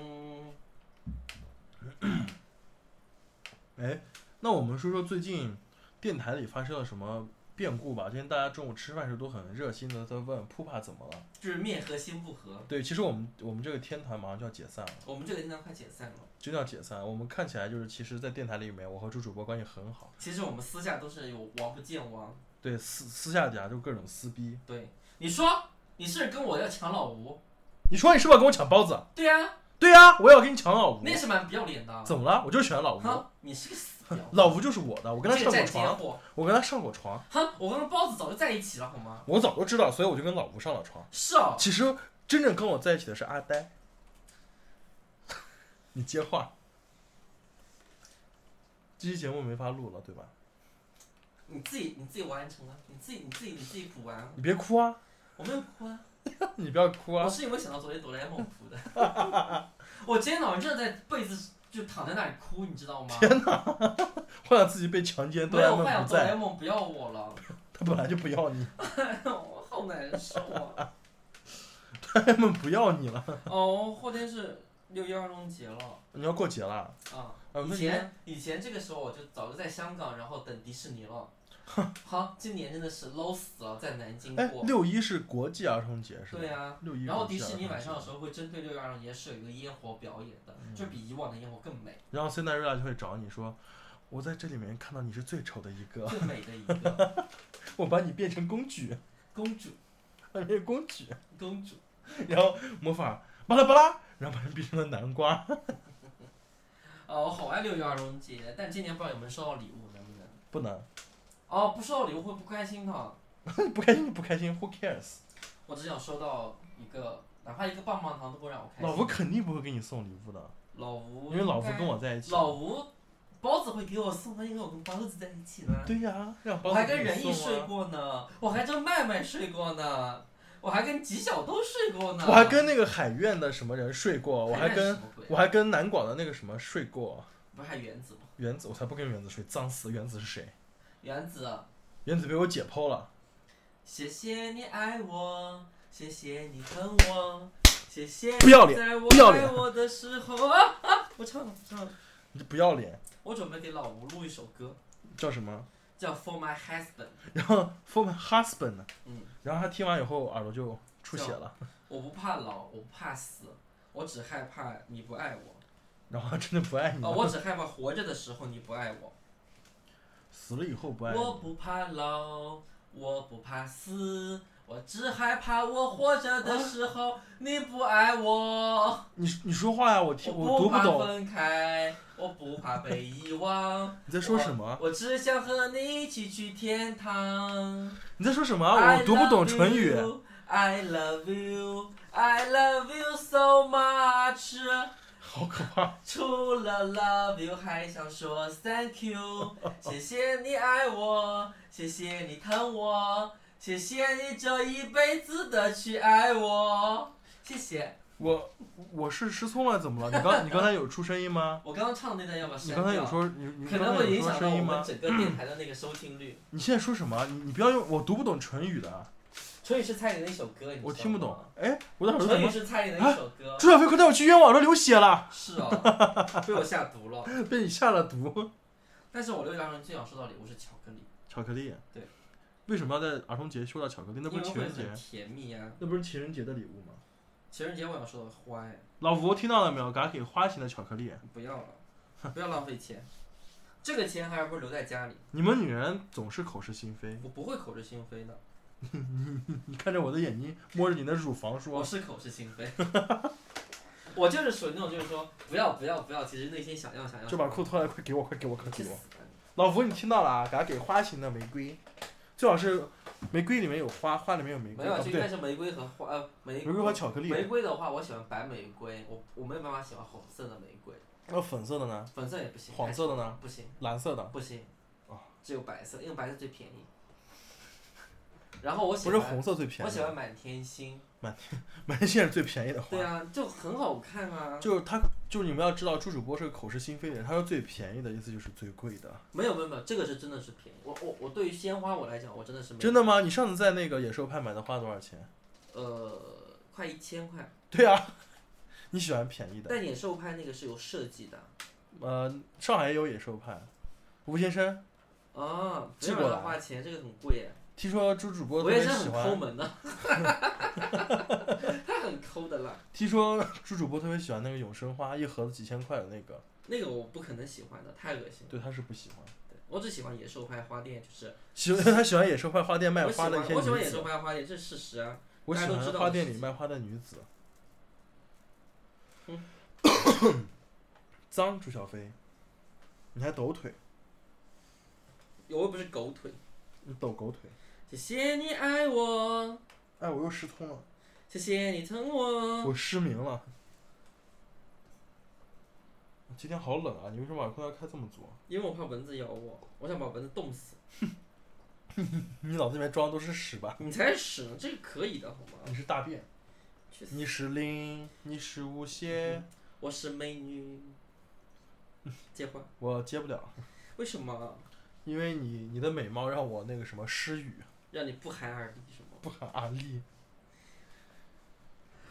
Speaker 6: 哎，那我们说说最近电台里发生了什么变故吧。今天大家中午吃饭时候都很热心的在问扑帕怎么了。
Speaker 5: 就是面和心不和。
Speaker 6: 对，其实我们我们这个天团马上就要解散了，
Speaker 5: 我们这个经常快解散了。
Speaker 6: 真的要解散。我们看起来就是，其实，在电台里面，我和朱主播关系很好，
Speaker 5: 其实我们私下都是有王不见王。
Speaker 6: 对私私下底下就各种撕逼。
Speaker 5: 对，你说你是跟我要抢老吴？
Speaker 6: 你说你是不是要跟我抢包子？
Speaker 5: 对呀、啊，
Speaker 6: 对呀、我也要跟你抢老吴
Speaker 5: 那。是蛮不要脸的。
Speaker 6: 怎么了？我就喜欢老吴，
Speaker 5: 哼，你是个死婊子！
Speaker 6: 老吴就是我的，我跟他
Speaker 5: 这
Speaker 6: 上
Speaker 5: 个
Speaker 6: 过
Speaker 5: 站街
Speaker 6: 床，
Speaker 5: 货。
Speaker 6: 我跟他上过床。
Speaker 5: 哼，我跟包子早就在一起了，好吗？
Speaker 6: 我早就知道，所以我就跟老吴上了床。
Speaker 5: 是哦，
Speaker 6: 其实真正跟我在一起的是阿呆。你接话。这期节目没法录了，对吧？
Speaker 5: 你自己你自己完成了，啊你自己你自己你自己补完了，
Speaker 6: 你别哭啊，
Speaker 5: 我没有哭啊，
Speaker 6: 你不要哭
Speaker 5: 我
Speaker 6: 啊。
Speaker 5: 是因为想到昨天哆啦 A 梦哭的。 我今天早上真的在被子就躺在那里哭，你知道吗？
Speaker 6: 幻想自己被强奸，哆
Speaker 5: 没
Speaker 6: 啦 A
Speaker 5: 有幻想
Speaker 6: 梦不
Speaker 5: 哆啦 A
Speaker 6: 在，
Speaker 5: 梦不要我了，
Speaker 6: 他本来就不要你，
Speaker 5: 我好难受啊！
Speaker 6: 哆啦 A 梦不要你了。
Speaker 5: 哦，后天是六一儿童节了
Speaker 6: 你要过节了？
Speaker 5: 啊。
Speaker 6: 啊，
Speaker 5: 以
Speaker 6: 那
Speaker 5: 前以前这个时候我就早就在香港，然后等迪士尼 了。好，今年真的是 low 死了，在南京
Speaker 6: 哎，
Speaker 5: 过。
Speaker 6: 六一是国际儿童节是吧？
Speaker 5: 对啊，
Speaker 6: 六一。
Speaker 5: 然后迪士尼晚上的时，候会针对六一儿童节是有一个烟火表演的，
Speaker 6: 嗯
Speaker 5: 就比以往的烟火更 美，
Speaker 6: 然后 Cinderella 就会找你说，我在这里面看到你是最丑的一个，
Speaker 5: 更美的一个
Speaker 6: 我把你变成公举，
Speaker 5: 公主，
Speaker 6: 把你变成公举。
Speaker 5: 公主。
Speaker 6: 然后魔法巴拉巴拉，然后把人变成了南瓜。
Speaker 5: 哦，我好爱六一儿童节，但今年不知道有没有收到礼物，能不能？
Speaker 6: 不能，
Speaker 5: 哦，不收到礼物会不开心的。
Speaker 6: 不开心就不开心，Who cares？
Speaker 5: 我只想收到一个，哪怕一个棒棒糖都会让我开心。
Speaker 6: 老吴肯定不会给你送礼物的，
Speaker 5: 老吴，
Speaker 6: 因为老吴跟我在一起。
Speaker 5: 老吴，包子会给我送的，因为我跟包子在一起呢。
Speaker 6: 对呀、让包
Speaker 5: 我
Speaker 6: 子
Speaker 5: 还
Speaker 6: 给
Speaker 5: 跟
Speaker 6: 你
Speaker 5: 仁义
Speaker 6: 送啊
Speaker 5: 睡，过呢，我还跟麦麦睡过呢，我还跟吉小东睡过呢，
Speaker 6: 我还跟那个海院的什么人睡过，我还
Speaker 5: 麦
Speaker 6: 跟
Speaker 5: 什么鬼
Speaker 6: 我还跟南广的那个什么睡过。
Speaker 5: 不是还原子吗？
Speaker 6: 原子，我才不跟原子睡，脏死！原子是谁？
Speaker 5: 原子，
Speaker 6: 原子被我解剖了。
Speaker 5: 谢谢你爱我，谢谢你疼我，谢谢
Speaker 6: 不要脸
Speaker 5: 在我
Speaker 6: 不要脸
Speaker 5: 爱我的时 候啊啊！不唱了不唱了，
Speaker 6: 你不要脸，
Speaker 5: 我准备给老吴录一首歌，
Speaker 6: 叫什么？
Speaker 5: 叫《For My Husband》，
Speaker 6: 然后 for my husband 呢？
Speaker 5: 嗯，
Speaker 6: 然后他听完以后耳朵就出血了，
Speaker 5: 我不怕老，我不怕死，我只害怕你不爱我。
Speaker 6: 然后他真的不爱你了，
Speaker 5: 哦，我只害怕活着的时候你不爱我。
Speaker 6: 死了以后不爱你。
Speaker 5: 我不怕老，我不怕死，我只害怕我活着的时候你不爱我。
Speaker 6: 你你说话呀，我听
Speaker 5: 我
Speaker 6: 读不
Speaker 5: 怕
Speaker 6: 懂
Speaker 5: 分开，我不怕被遗忘。
Speaker 6: 你在说什么，
Speaker 5: 我只想和你一起去天堂。
Speaker 6: 你在说什么，啊我读不懂唇语。
Speaker 5: I love you, I love you so much.
Speaker 6: 好可怕！
Speaker 5: 除了 love you，还想说 thank you，谢谢你爱我，谢谢你疼我，谢谢你这一辈子的去爱我，谢谢。
Speaker 6: 我我是失聪了，怎么了？你刚你刚才有出声音吗？
Speaker 5: 我刚刚唱的那段要不要
Speaker 6: 你
Speaker 5: 删
Speaker 6: 刚才有
Speaker 5: 掉？
Speaker 6: 说你你
Speaker 5: 啊可
Speaker 6: 刚
Speaker 5: 能
Speaker 6: 才
Speaker 5: 会
Speaker 6: 有
Speaker 5: 影
Speaker 6: 说
Speaker 5: 响到
Speaker 6: 声
Speaker 5: 我
Speaker 6: 音
Speaker 5: 们
Speaker 6: 吗？
Speaker 5: 整个电台的那个收听率。
Speaker 6: 你现在说什么？你你不要用，我读不懂唇语的，啊
Speaker 5: 春雨是蔡依林的一首歌，你知道吗
Speaker 6: 我听不懂。哎，我的 耳朵怎
Speaker 5: 春雨
Speaker 6: 么？啊
Speaker 5: 是蔡依林的一首 歌。
Speaker 6: 朱小飞，快带我去医院，我耳朵流血了，
Speaker 5: 是哦，被我下毒了。
Speaker 6: 被你下了毒。
Speaker 5: 但是我六一儿童最想收到礼物是巧克力，
Speaker 6: 巧克力。
Speaker 5: 对。
Speaker 6: 为什么要在儿童节收到巧克力？那不
Speaker 5: 因
Speaker 6: 是
Speaker 5: 为
Speaker 6: 情
Speaker 5: 会
Speaker 6: 人节
Speaker 5: 很，甜蜜啊。
Speaker 6: 那不是情人节的礼物吗？
Speaker 5: 情人节我想收到花呀。
Speaker 6: 老吴听到了没有？赶快给花钱的巧克力。
Speaker 5: 不要了，不要浪费钱，这个钱还是不如留在家里。
Speaker 6: 你们女人总是口是心非。
Speaker 5: 我不会口是心非的，
Speaker 6: 你看着我的眼睛，摸着你的乳房
Speaker 5: 我
Speaker 6: 说
Speaker 5: 是口是心非。 我就是属于那种，就是说不要不要不要，其实内心想要想要。：“
Speaker 6: 就把裤脱下来，快给我，快给我，快
Speaker 5: 去
Speaker 6: 给
Speaker 5: 死
Speaker 6: 我
Speaker 5: 吧！”
Speaker 6: 老吴，你听到了啊？给他给花型的玫瑰，最好是玫瑰里面有花，花里面有玫
Speaker 5: 你！
Speaker 6: 瑰，
Speaker 5: 没有，
Speaker 6: 哦
Speaker 5: 就
Speaker 6: 不
Speaker 5: 应该
Speaker 6: 对，
Speaker 5: 是玫瑰和花呃玫
Speaker 6: 玫瑰和巧克力。
Speaker 5: 玫瑰的话，我喜欢白玫瑰，我我没有办法喜欢红色的玫瑰，
Speaker 6: 那粉色的呢？
Speaker 5: 粉色也不行，
Speaker 6: 黄色的呢？
Speaker 5: 不行
Speaker 6: 蓝色的？
Speaker 5: 不行
Speaker 6: 哦，
Speaker 5: 只有白色，因为白色最便宜。然后我喜
Speaker 6: 不
Speaker 5: 欢
Speaker 6: 是红色最便宜？
Speaker 5: 我喜 欢满天星，
Speaker 6: 满天星是最便宜的花
Speaker 5: 对。啊，就很好看啊。
Speaker 6: 就是他，就是你们要知道，朱主播是个口是心非的人。他说最便宜的意思就是最贵的。
Speaker 5: 没有没有没有，这个是真的是便宜。我我我对于鲜花我来讲，我真的是没有
Speaker 6: 真的吗？你上次在那个野兽派买的花多少钱？
Speaker 5: 呃快一千块，
Speaker 6: 对啊， 你喜欢便宜的。
Speaker 5: 但野兽派那个是有设计的，
Speaker 6: 呃，上海也有野兽派，吴先生，
Speaker 5: 啊，
Speaker 6: 寄
Speaker 5: 没有
Speaker 6: 过
Speaker 5: 人
Speaker 6: 来
Speaker 5: 花钱，这个很贵耶。啊
Speaker 6: 听说朱主播特
Speaker 5: 我也
Speaker 6: 别
Speaker 5: 是
Speaker 6: 喜
Speaker 5: 很抠
Speaker 6: 欢，
Speaker 5: 门的， 他很抠的啦。
Speaker 6: 听说朱主播特别喜欢那个永生花，一盒子几千块的那个，
Speaker 5: 那个我不可能喜欢的，太恶心了。
Speaker 6: 对，他是不喜欢，
Speaker 5: 对我只喜欢野兽派花店，就是
Speaker 6: 喜欢 他喜欢野兽派花店卖
Speaker 5: 我喜
Speaker 6: 花
Speaker 5: 欢
Speaker 6: 的那些
Speaker 5: 我喜欢
Speaker 6: 女
Speaker 5: 野兽
Speaker 6: 子，
Speaker 5: 派花店，这是事实啊。
Speaker 6: 我
Speaker 5: 大
Speaker 6: 喜
Speaker 5: 家都
Speaker 6: 欢
Speaker 5: 知道
Speaker 6: 花
Speaker 5: 的
Speaker 6: 店
Speaker 5: 事
Speaker 6: 里
Speaker 5: 情
Speaker 6: 卖花的女子
Speaker 5: 嗯。
Speaker 6: 脏，朱小飞，你还抖腿，
Speaker 5: 我又不是狗腿。
Speaker 6: 你抖狗腿，
Speaker 5: 谢谢你爱我，
Speaker 6: 哎，我又失聪了，
Speaker 5: 谢谢你疼我。
Speaker 6: 我失明了。今天好冷啊！你为什么把空调开这么足啊？
Speaker 5: 因为我怕蚊子咬我，我想把蚊子冻死。
Speaker 6: 你脑子里面装的都是屎吧？
Speaker 5: 你才屎呢，这个可以的好吗
Speaker 6: 你？是大便。
Speaker 5: 去死！
Speaker 6: 你是零，你是无邪，
Speaker 5: 我是美女。 结婚？
Speaker 6: 我接不了，
Speaker 5: 为什么
Speaker 6: 因为你你的美貌让我那个什么失语，
Speaker 5: 让你不寒而栗？什么？
Speaker 6: 不寒而栗。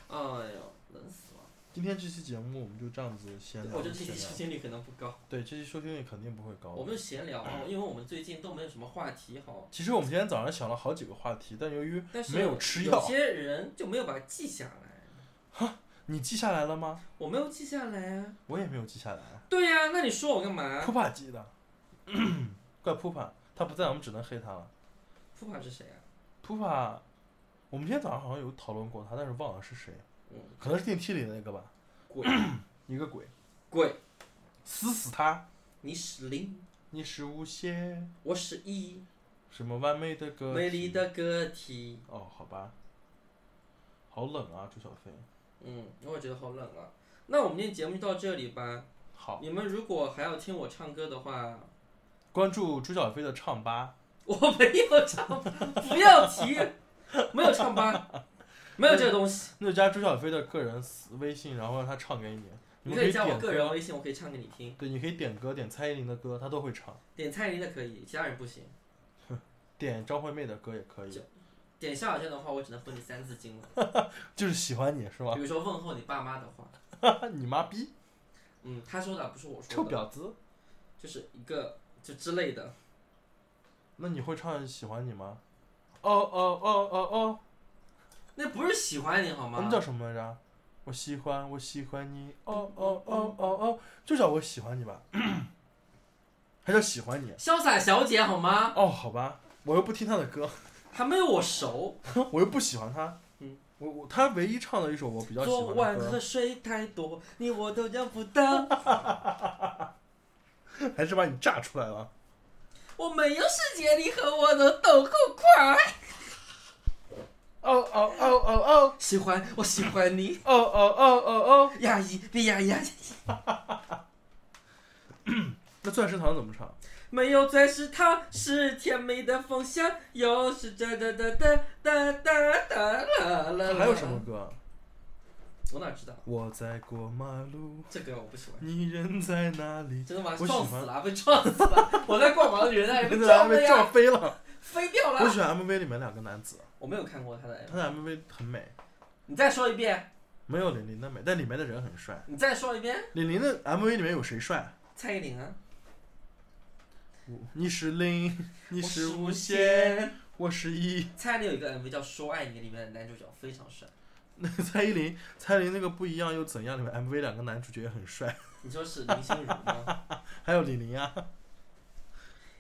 Speaker 5: 哎呦，冷死了！
Speaker 6: 今天这期节目我们就这样子闲聊，
Speaker 5: 我觉得这期
Speaker 6: 闲聊
Speaker 5: 收听率可能不高，
Speaker 6: 对这期收听率肯定不会高
Speaker 5: 我们
Speaker 6: 的。
Speaker 5: 就闲聊，因为我们最近都没有什么话题好。
Speaker 6: 其实我们今天早上想了好几个话题，但由于
Speaker 5: 但是
Speaker 6: 没有吃药
Speaker 5: 有些人就没有把它记下来，
Speaker 6: 你记下来了吗？
Speaker 5: 我没有记下来啊。
Speaker 6: 我也没有记下来。
Speaker 5: 对呀、那你说我干嘛啊
Speaker 6: 扑？帕记的， 怪扑帕，他不在，我们只能黑他了。
Speaker 5: 普法是谁啊？
Speaker 6: 扑帕，我们今天早上好像有讨论过他，但是忘了是谁，
Speaker 5: 嗯，
Speaker 6: 可能是电梯里的那个吧，
Speaker 5: 鬼
Speaker 6: 一个鬼，
Speaker 5: 鬼，
Speaker 6: 死死他。
Speaker 5: 你是零，
Speaker 6: 你是无邪，
Speaker 5: 我是一，
Speaker 6: 什么完美的歌？
Speaker 5: 美丽。的个体。
Speaker 6: 哦，好吧。好冷啊，朱小飞。
Speaker 5: 嗯，我也觉得好冷啊。那我们今天节目就到这里吧。
Speaker 6: 好，
Speaker 5: 你们如果还要听我唱歌的话，
Speaker 6: 关注朱小飞的唱吧。
Speaker 5: 我没有唱，不要提，没有唱吧，没有这个东西。
Speaker 6: 那就加朱小飞的个人私微信，然后让他唱给你。
Speaker 5: 你
Speaker 6: 们
Speaker 5: 可
Speaker 6: 可
Speaker 5: 以加我
Speaker 6: 点
Speaker 5: 个人
Speaker 6: 歌。
Speaker 5: 微信，我可以唱给你听。
Speaker 6: 对，你可以点歌，点蔡依林的歌，他都会唱。
Speaker 5: 点蔡依林的可以，其他人不行。
Speaker 6: 点张惠妹的歌也可以
Speaker 5: 就。点夏小倩的话，我只能回你三字经了。
Speaker 6: 就是喜欢你是吗
Speaker 5: 比？如说问候你爸妈的话，
Speaker 6: 你妈逼，
Speaker 5: 嗯，他说的不是我说
Speaker 6: 臭
Speaker 5: 的，
Speaker 6: 婊子。
Speaker 5: 就是一个就之类的。
Speaker 6: 那你会唱喜欢你吗？哦哦哦哦哦，
Speaker 5: 那不是喜欢你好吗？
Speaker 6: 那叫什么来着？我喜欢，我喜欢你，哦哦哦哦哦，就叫我喜欢你吧， 还叫喜欢你？
Speaker 5: 潇洒小姐好吗？
Speaker 6: 哦，好吧，我又不听他的歌，
Speaker 5: 还没有我熟。
Speaker 6: 我又不喜欢他。
Speaker 5: 嗯，
Speaker 6: 我我他唯一唱的一首我比较喜
Speaker 5: 昨
Speaker 6: 欢
Speaker 5: 晚
Speaker 6: 的
Speaker 5: 喝
Speaker 6: 歌，
Speaker 5: 水太多，你我都养不到。
Speaker 6: 还是把你炸出来了。
Speaker 5: 我没有世界里和我的抖够快。
Speaker 6: 哦哦哦哦哦
Speaker 5: 喜欢，我喜欢你。
Speaker 6: 哦哦哦哦哦，
Speaker 5: 压抑，别压抑。压抑
Speaker 6: 那钻石糖怎么唱？
Speaker 5: 没有钻石糖，是甜美的风香，又是哒哒哒哒哒哒哒啦啦。
Speaker 6: 还有什么？歌？
Speaker 5: 我哪知道？
Speaker 6: 我在过马路，
Speaker 5: 这个我不喜欢。
Speaker 6: 你人在哪里？
Speaker 5: 真的吗？
Speaker 6: 我喜
Speaker 5: 撞死
Speaker 6: 欢 啊
Speaker 5: 了，被撞死了！我在逛马路，人在被
Speaker 6: 被
Speaker 5: 撞 了
Speaker 6: 撞
Speaker 5: 呀，
Speaker 6: 飞了。
Speaker 5: 飞掉
Speaker 6: 我
Speaker 5: 了。
Speaker 6: 喜欢 MV 里面两个男子，
Speaker 5: 我没有看过他的 M，
Speaker 6: 他的 MV 很美。
Speaker 5: 你再说一遍，
Speaker 6: 没有林林的美，但里面的人很帅。
Speaker 5: 你再说一遍。
Speaker 6: 林林的 MV 里面有谁帅？
Speaker 5: 蔡依林啊，
Speaker 6: 你是林，你
Speaker 5: 我
Speaker 6: 是无
Speaker 5: 无
Speaker 6: 限，。我是一。
Speaker 5: 蔡依林有一个 MV 叫《说爱你》，里面的男主角非常帅。
Speaker 6: 那个蔡依林，蔡依林那个不一样又怎样？里面 MV 两个男主角也很帅，
Speaker 5: 你说是林心如吗？
Speaker 6: 还有李宁啊。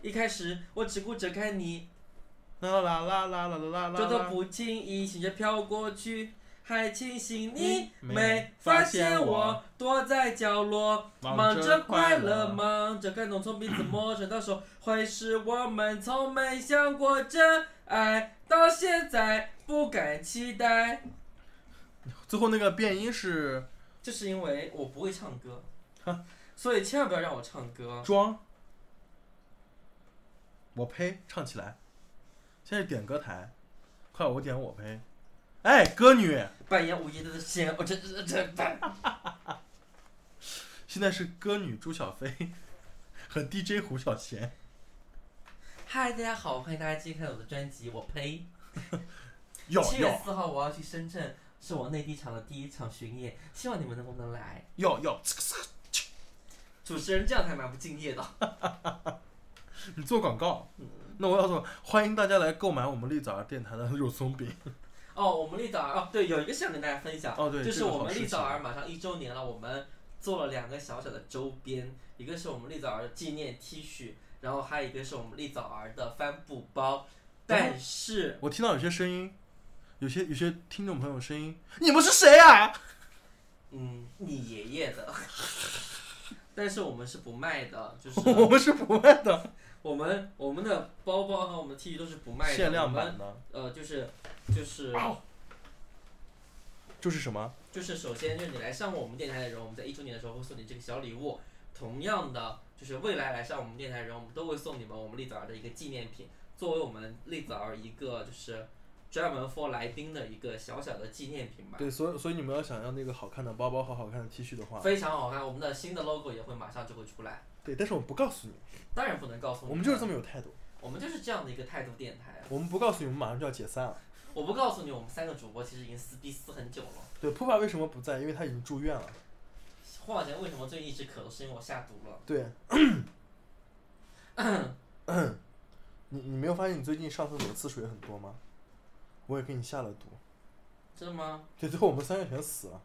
Speaker 5: 一开始我只顾着看你，
Speaker 6: 啦啦啦啦啦啦啦
Speaker 5: 觉得
Speaker 6: 啦啦。
Speaker 5: 不经意，心却飘过去。还庆幸你
Speaker 6: 没
Speaker 5: 没
Speaker 6: 发
Speaker 5: 发
Speaker 6: 现
Speaker 5: 现
Speaker 6: 我
Speaker 5: 我躲在角落，
Speaker 6: 忙
Speaker 5: 忙
Speaker 6: 着
Speaker 5: 着
Speaker 6: 快
Speaker 5: 快
Speaker 6: 乐
Speaker 5: 乐，忙着感动，从彼此陌生到熟，会是我们从没想过真爱，到现在不敢期待。
Speaker 6: 最后那个变音是
Speaker 5: 就是因为我不会唱 歌
Speaker 6: 哈，
Speaker 5: 所以千万不要让我唱歌。
Speaker 6: 装。我呸，唱起来。现在是点歌台，快我点我呸。哎，歌女，
Speaker 5: 半夜午夜的心，我这这这半。
Speaker 6: 现在是歌女朱小飞和 DJ 胡小贤。
Speaker 5: 嗨，大家好，欢迎大家今天看我的专辑，我呸。
Speaker 6: 要
Speaker 5: 七月
Speaker 6: 要
Speaker 5: 四号我要去深圳，是我内地场的第一场巡演，希望你们能不能来。
Speaker 6: 要要，
Speaker 5: 主持人这样才蛮不敬业的。
Speaker 6: 你做广告，那我要做，欢迎大家来购买我们丽藻儿电台的肉松饼。
Speaker 5: 哦，我们立早儿哦，对，有一个事想跟大家分享，
Speaker 6: 哦对
Speaker 5: 就
Speaker 6: 这
Speaker 5: 是
Speaker 6: 个
Speaker 5: 我
Speaker 6: 好
Speaker 5: 们
Speaker 6: 事
Speaker 5: 立
Speaker 6: 情
Speaker 5: 早儿马上一周年了，我们做了两个小小的周边，一个是我们立早儿的纪念 T 恤，然后还有一个是我们立早儿的帆布包，
Speaker 6: 哦
Speaker 5: 但是
Speaker 6: 我听到有些声音，有些有些听众朋友声音， 你们是谁啊？
Speaker 5: 嗯，你爷爷的， 但是我们是不卖的，就是
Speaker 6: 我们是不卖的，
Speaker 5: 我们我们的包包和我们 T 恤都是不卖的，
Speaker 6: 限量
Speaker 5: 哎我
Speaker 6: 版
Speaker 5: 们
Speaker 6: 的，
Speaker 5: 呃，就是就是
Speaker 6: 哦就是什么？
Speaker 5: 就是首先就是你来上我们电台的人，我们在一周年的时候会送你这个小礼物。同样的，就是未来来上我们电台的人，我们都会送你们我们栗子儿的一个纪念品，作为我们栗子儿一个就是专门 for 来宾的一个小小的纪念品吧。
Speaker 6: 对，所以所以你们要想要那个好看的包包和好看的 T 恤的话，
Speaker 5: 非常好看，我们的新的 logo 也会马上就会出来。
Speaker 6: 对，但是我们不告诉你，
Speaker 5: 当然不能告诉你，
Speaker 6: 我们就是这么有态度，
Speaker 5: 我们就是这样的一个态度电台。啊
Speaker 6: 我们不告诉你们马上就要解散了。
Speaker 5: 我不告诉你，我们三个主播其实已经撕逼撕很久了。
Speaker 6: 对，普法为什么不在？因为他已经住院了。
Speaker 5: 花小钱为什么最近一直咳嗽？是因为我下毒了。
Speaker 6: 对， 你你没有发现你最近上厕所的次数也很多吗？我也给你下了毒，
Speaker 5: 真的吗？
Speaker 6: 对，最后我们三个全死了。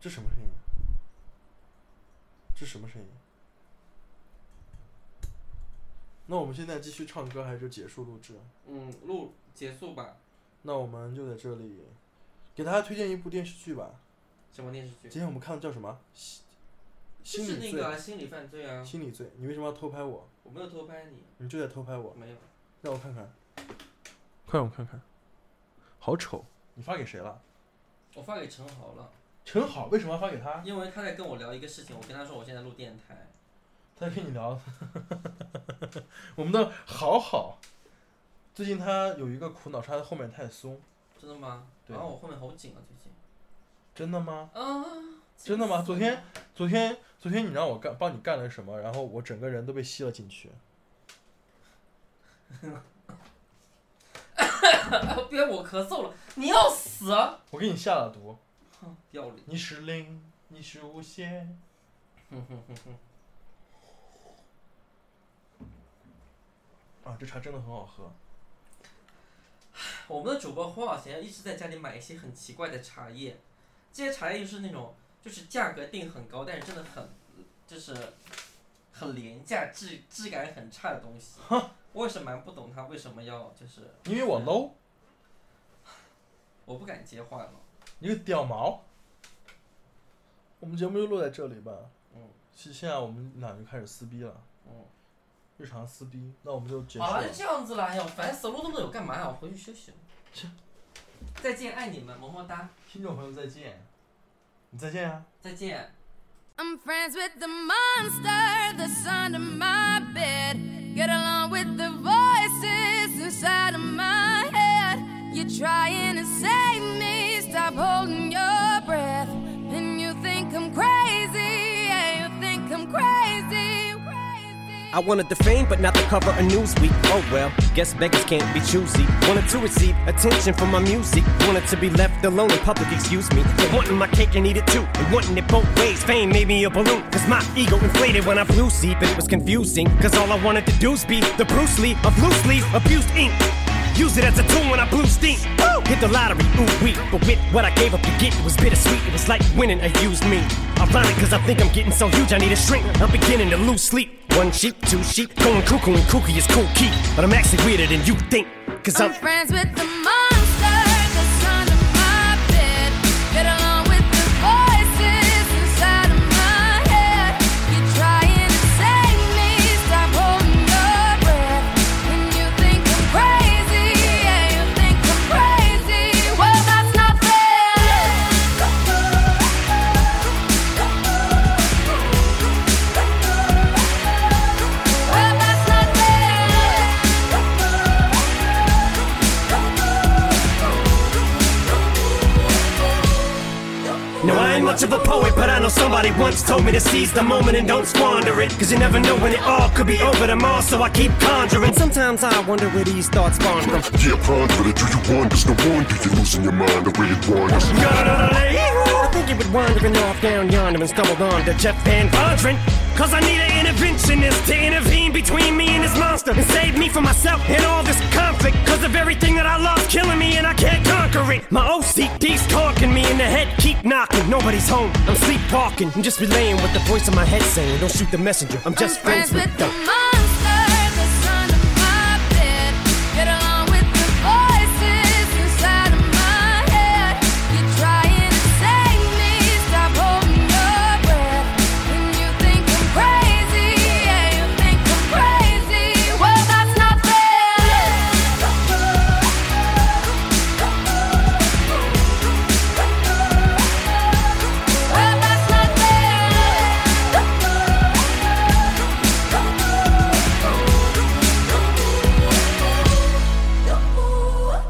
Speaker 6: 这什么声音？这什么声音？那我们现在继续唱歌还是结束录制？
Speaker 5: 嗯，录结束吧。
Speaker 6: 那我们就在这里给大家推荐一部电视剧吧。
Speaker 5: 什么电视剧？
Speaker 6: 今天我们看的叫什么？
Speaker 5: 就
Speaker 6: 心
Speaker 5: 是
Speaker 6: 心理
Speaker 5: 那
Speaker 6: 罪。
Speaker 5: 个啊心理犯罪啊！
Speaker 6: 心理罪。你为什么要偷拍我？
Speaker 5: 我没有偷拍你，
Speaker 6: 你就在偷拍我。
Speaker 5: 没有。
Speaker 6: 让我看看，快让我看看，好丑！你发给谁了？
Speaker 5: 我发给陈豪了，
Speaker 6: 陈好为什么要发给他？
Speaker 5: 因为他在跟我聊一个事情，我跟他说我现在录电台，
Speaker 6: 他在跟你聊， 我们的好好，最近他有一个苦恼，是他的后面太松。
Speaker 5: 真的吗？
Speaker 6: 对
Speaker 5: 然后我后面好紧啊，最近。
Speaker 6: 真的吗？
Speaker 5: 啊！
Speaker 6: 真的吗？昨天，昨天，昨天你让我干，帮你干了什么？然后我整个人都被吸了进去。
Speaker 5: 哎别我咳嗽了，你要死！啊
Speaker 6: 我给你下了毒，
Speaker 5: 哼，不要脸。
Speaker 6: 你是零，你是无限。 啊，这茶真的很好喝。
Speaker 5: 我们的主播花小钱一直在家里买一些很奇怪的茶叶，这些茶叶就是那种就是价格定很高，但是真的很就是很廉价，质质感很差的东西。我也是蛮不懂他为什么要就是，
Speaker 6: 因为我 low，
Speaker 5: 我不敢接话了。
Speaker 6: 你个屌毛。我们节目就录在这里吧。
Speaker 5: 嗯
Speaker 6: 现现在我们俩就开始撕逼了，
Speaker 5: 嗯，
Speaker 6: 日常撕逼。那我们就结束
Speaker 5: 好了，
Speaker 6: 了
Speaker 5: 就。这样子了。哎呦，烦死了，录那么久干嘛啊呀？我回去休息了。
Speaker 6: 去，
Speaker 5: 再见，爱你们，么么哒，
Speaker 6: 听众朋友再见，你再见啊。
Speaker 5: 再见。
Speaker 7: I'm friends with the monster that's under my bed. Get along with the voices inside of my head. You're trying to save me, stop holding your breath. And you think I'm crazy, yeah, you think I'm crazy, crazy.
Speaker 8: I wanted the fame, but not the cover of Newsweek. Oh well, guess beggars can't be choosy. Wanted to receive attention from my music. Wanted to be left alone in public, excuse me. But wanting my cake and eat it too. And wanting it both ways. Fame made me a balloon. Cause my ego inflated when I flew see. But it was confusing. Cause all I wanted to do is be the Bruce Lee of loosely abused ink. Use it as a tool when I blew steam. Woo! Hit the lottery, ooh wee. But with what I gave up to get, it was bittersweet. It was like winning a used me. Ironic, cause I think I'm getting so huge, I need a shrink. I'm beginning to lose sleep. One sheep, two sheep, going cuckoo and kooky is cool key. But I'm actually weirder than you think. Cause
Speaker 7: I'm
Speaker 8: I'm
Speaker 7: friends with the monster that's under my bed. Get along with the voices inside of my head. You're trying to save me, stop holding your breath. And you think I'm crazy, yeah, you think I'm crazy. Well, that's not fair. Well, that's not fair.
Speaker 8: No, I ain't much of a poet, but I know somebody once told me to seize the moment and don't squander it. Cause you never know when it all could be over tomorrow, so I keep conjuring. Sometimes I wonder where these thoughts spawn from.
Speaker 9: Yeah, ponder it. Do you want? There's no wonder you're losing your mind the way it wanders.
Speaker 8: I think he would wandering off down yonder and stumbled on to Jeff Van Vondren. Cause I need an interventionist to intervene between me and this monster and save me from myself and all this conflict. Cause of everything that I love's killing me and I can't conquer it. My OCD's conking me in the head, keep knocking. Nobody's home, I'm sleepwalking. I'm just relaying what the voice in my head saying. Don't shoot the messenger, I'm just
Speaker 7: I'm
Speaker 8: friends with
Speaker 7: the
Speaker 8: the.
Speaker 7: monster that's under my bed. Get along with the voices inside of my head. You're trying to save me. Stop holding your breath. When you think I'm crazy, yeah, you think I'm crazy. Well, that's not fair. Well, that's not fair.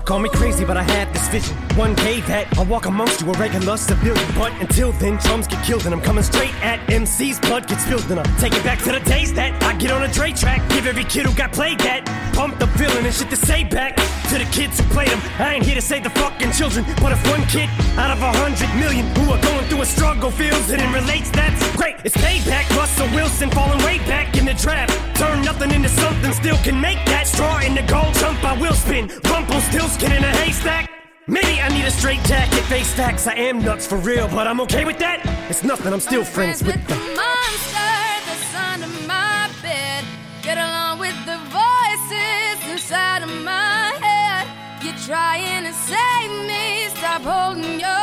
Speaker 8: Call me crazy, but I had this vision. One day that I'll walk amongst you, a regular civilian. But until then, drums get killed, and I'm coming straight at MC's blood gets spilled. And I take it back to the days that I get on a Dre track. Give every kid who got played that pump the feeling and shit to say back to the kids who played them. I ain't here to save the fucking children, but if one kid out of a hundred million who are going through a struggle feels it and relates, that's great. It's payback. Russell Wilson falling way back in the draft. Turn nothing into something, still can make that straw in the gold jump. I will spin. Rumple still skin in a haystack. Maybe I need a straight jacket, face facts. I am nuts for real, but I'm okay with that. It's nothing, I'm still
Speaker 7: I'm
Speaker 8: friends with
Speaker 7: the
Speaker 8: the.
Speaker 7: monster that's under my bed. Get along with the voices inside of my head. You're trying to save me. Stop holding your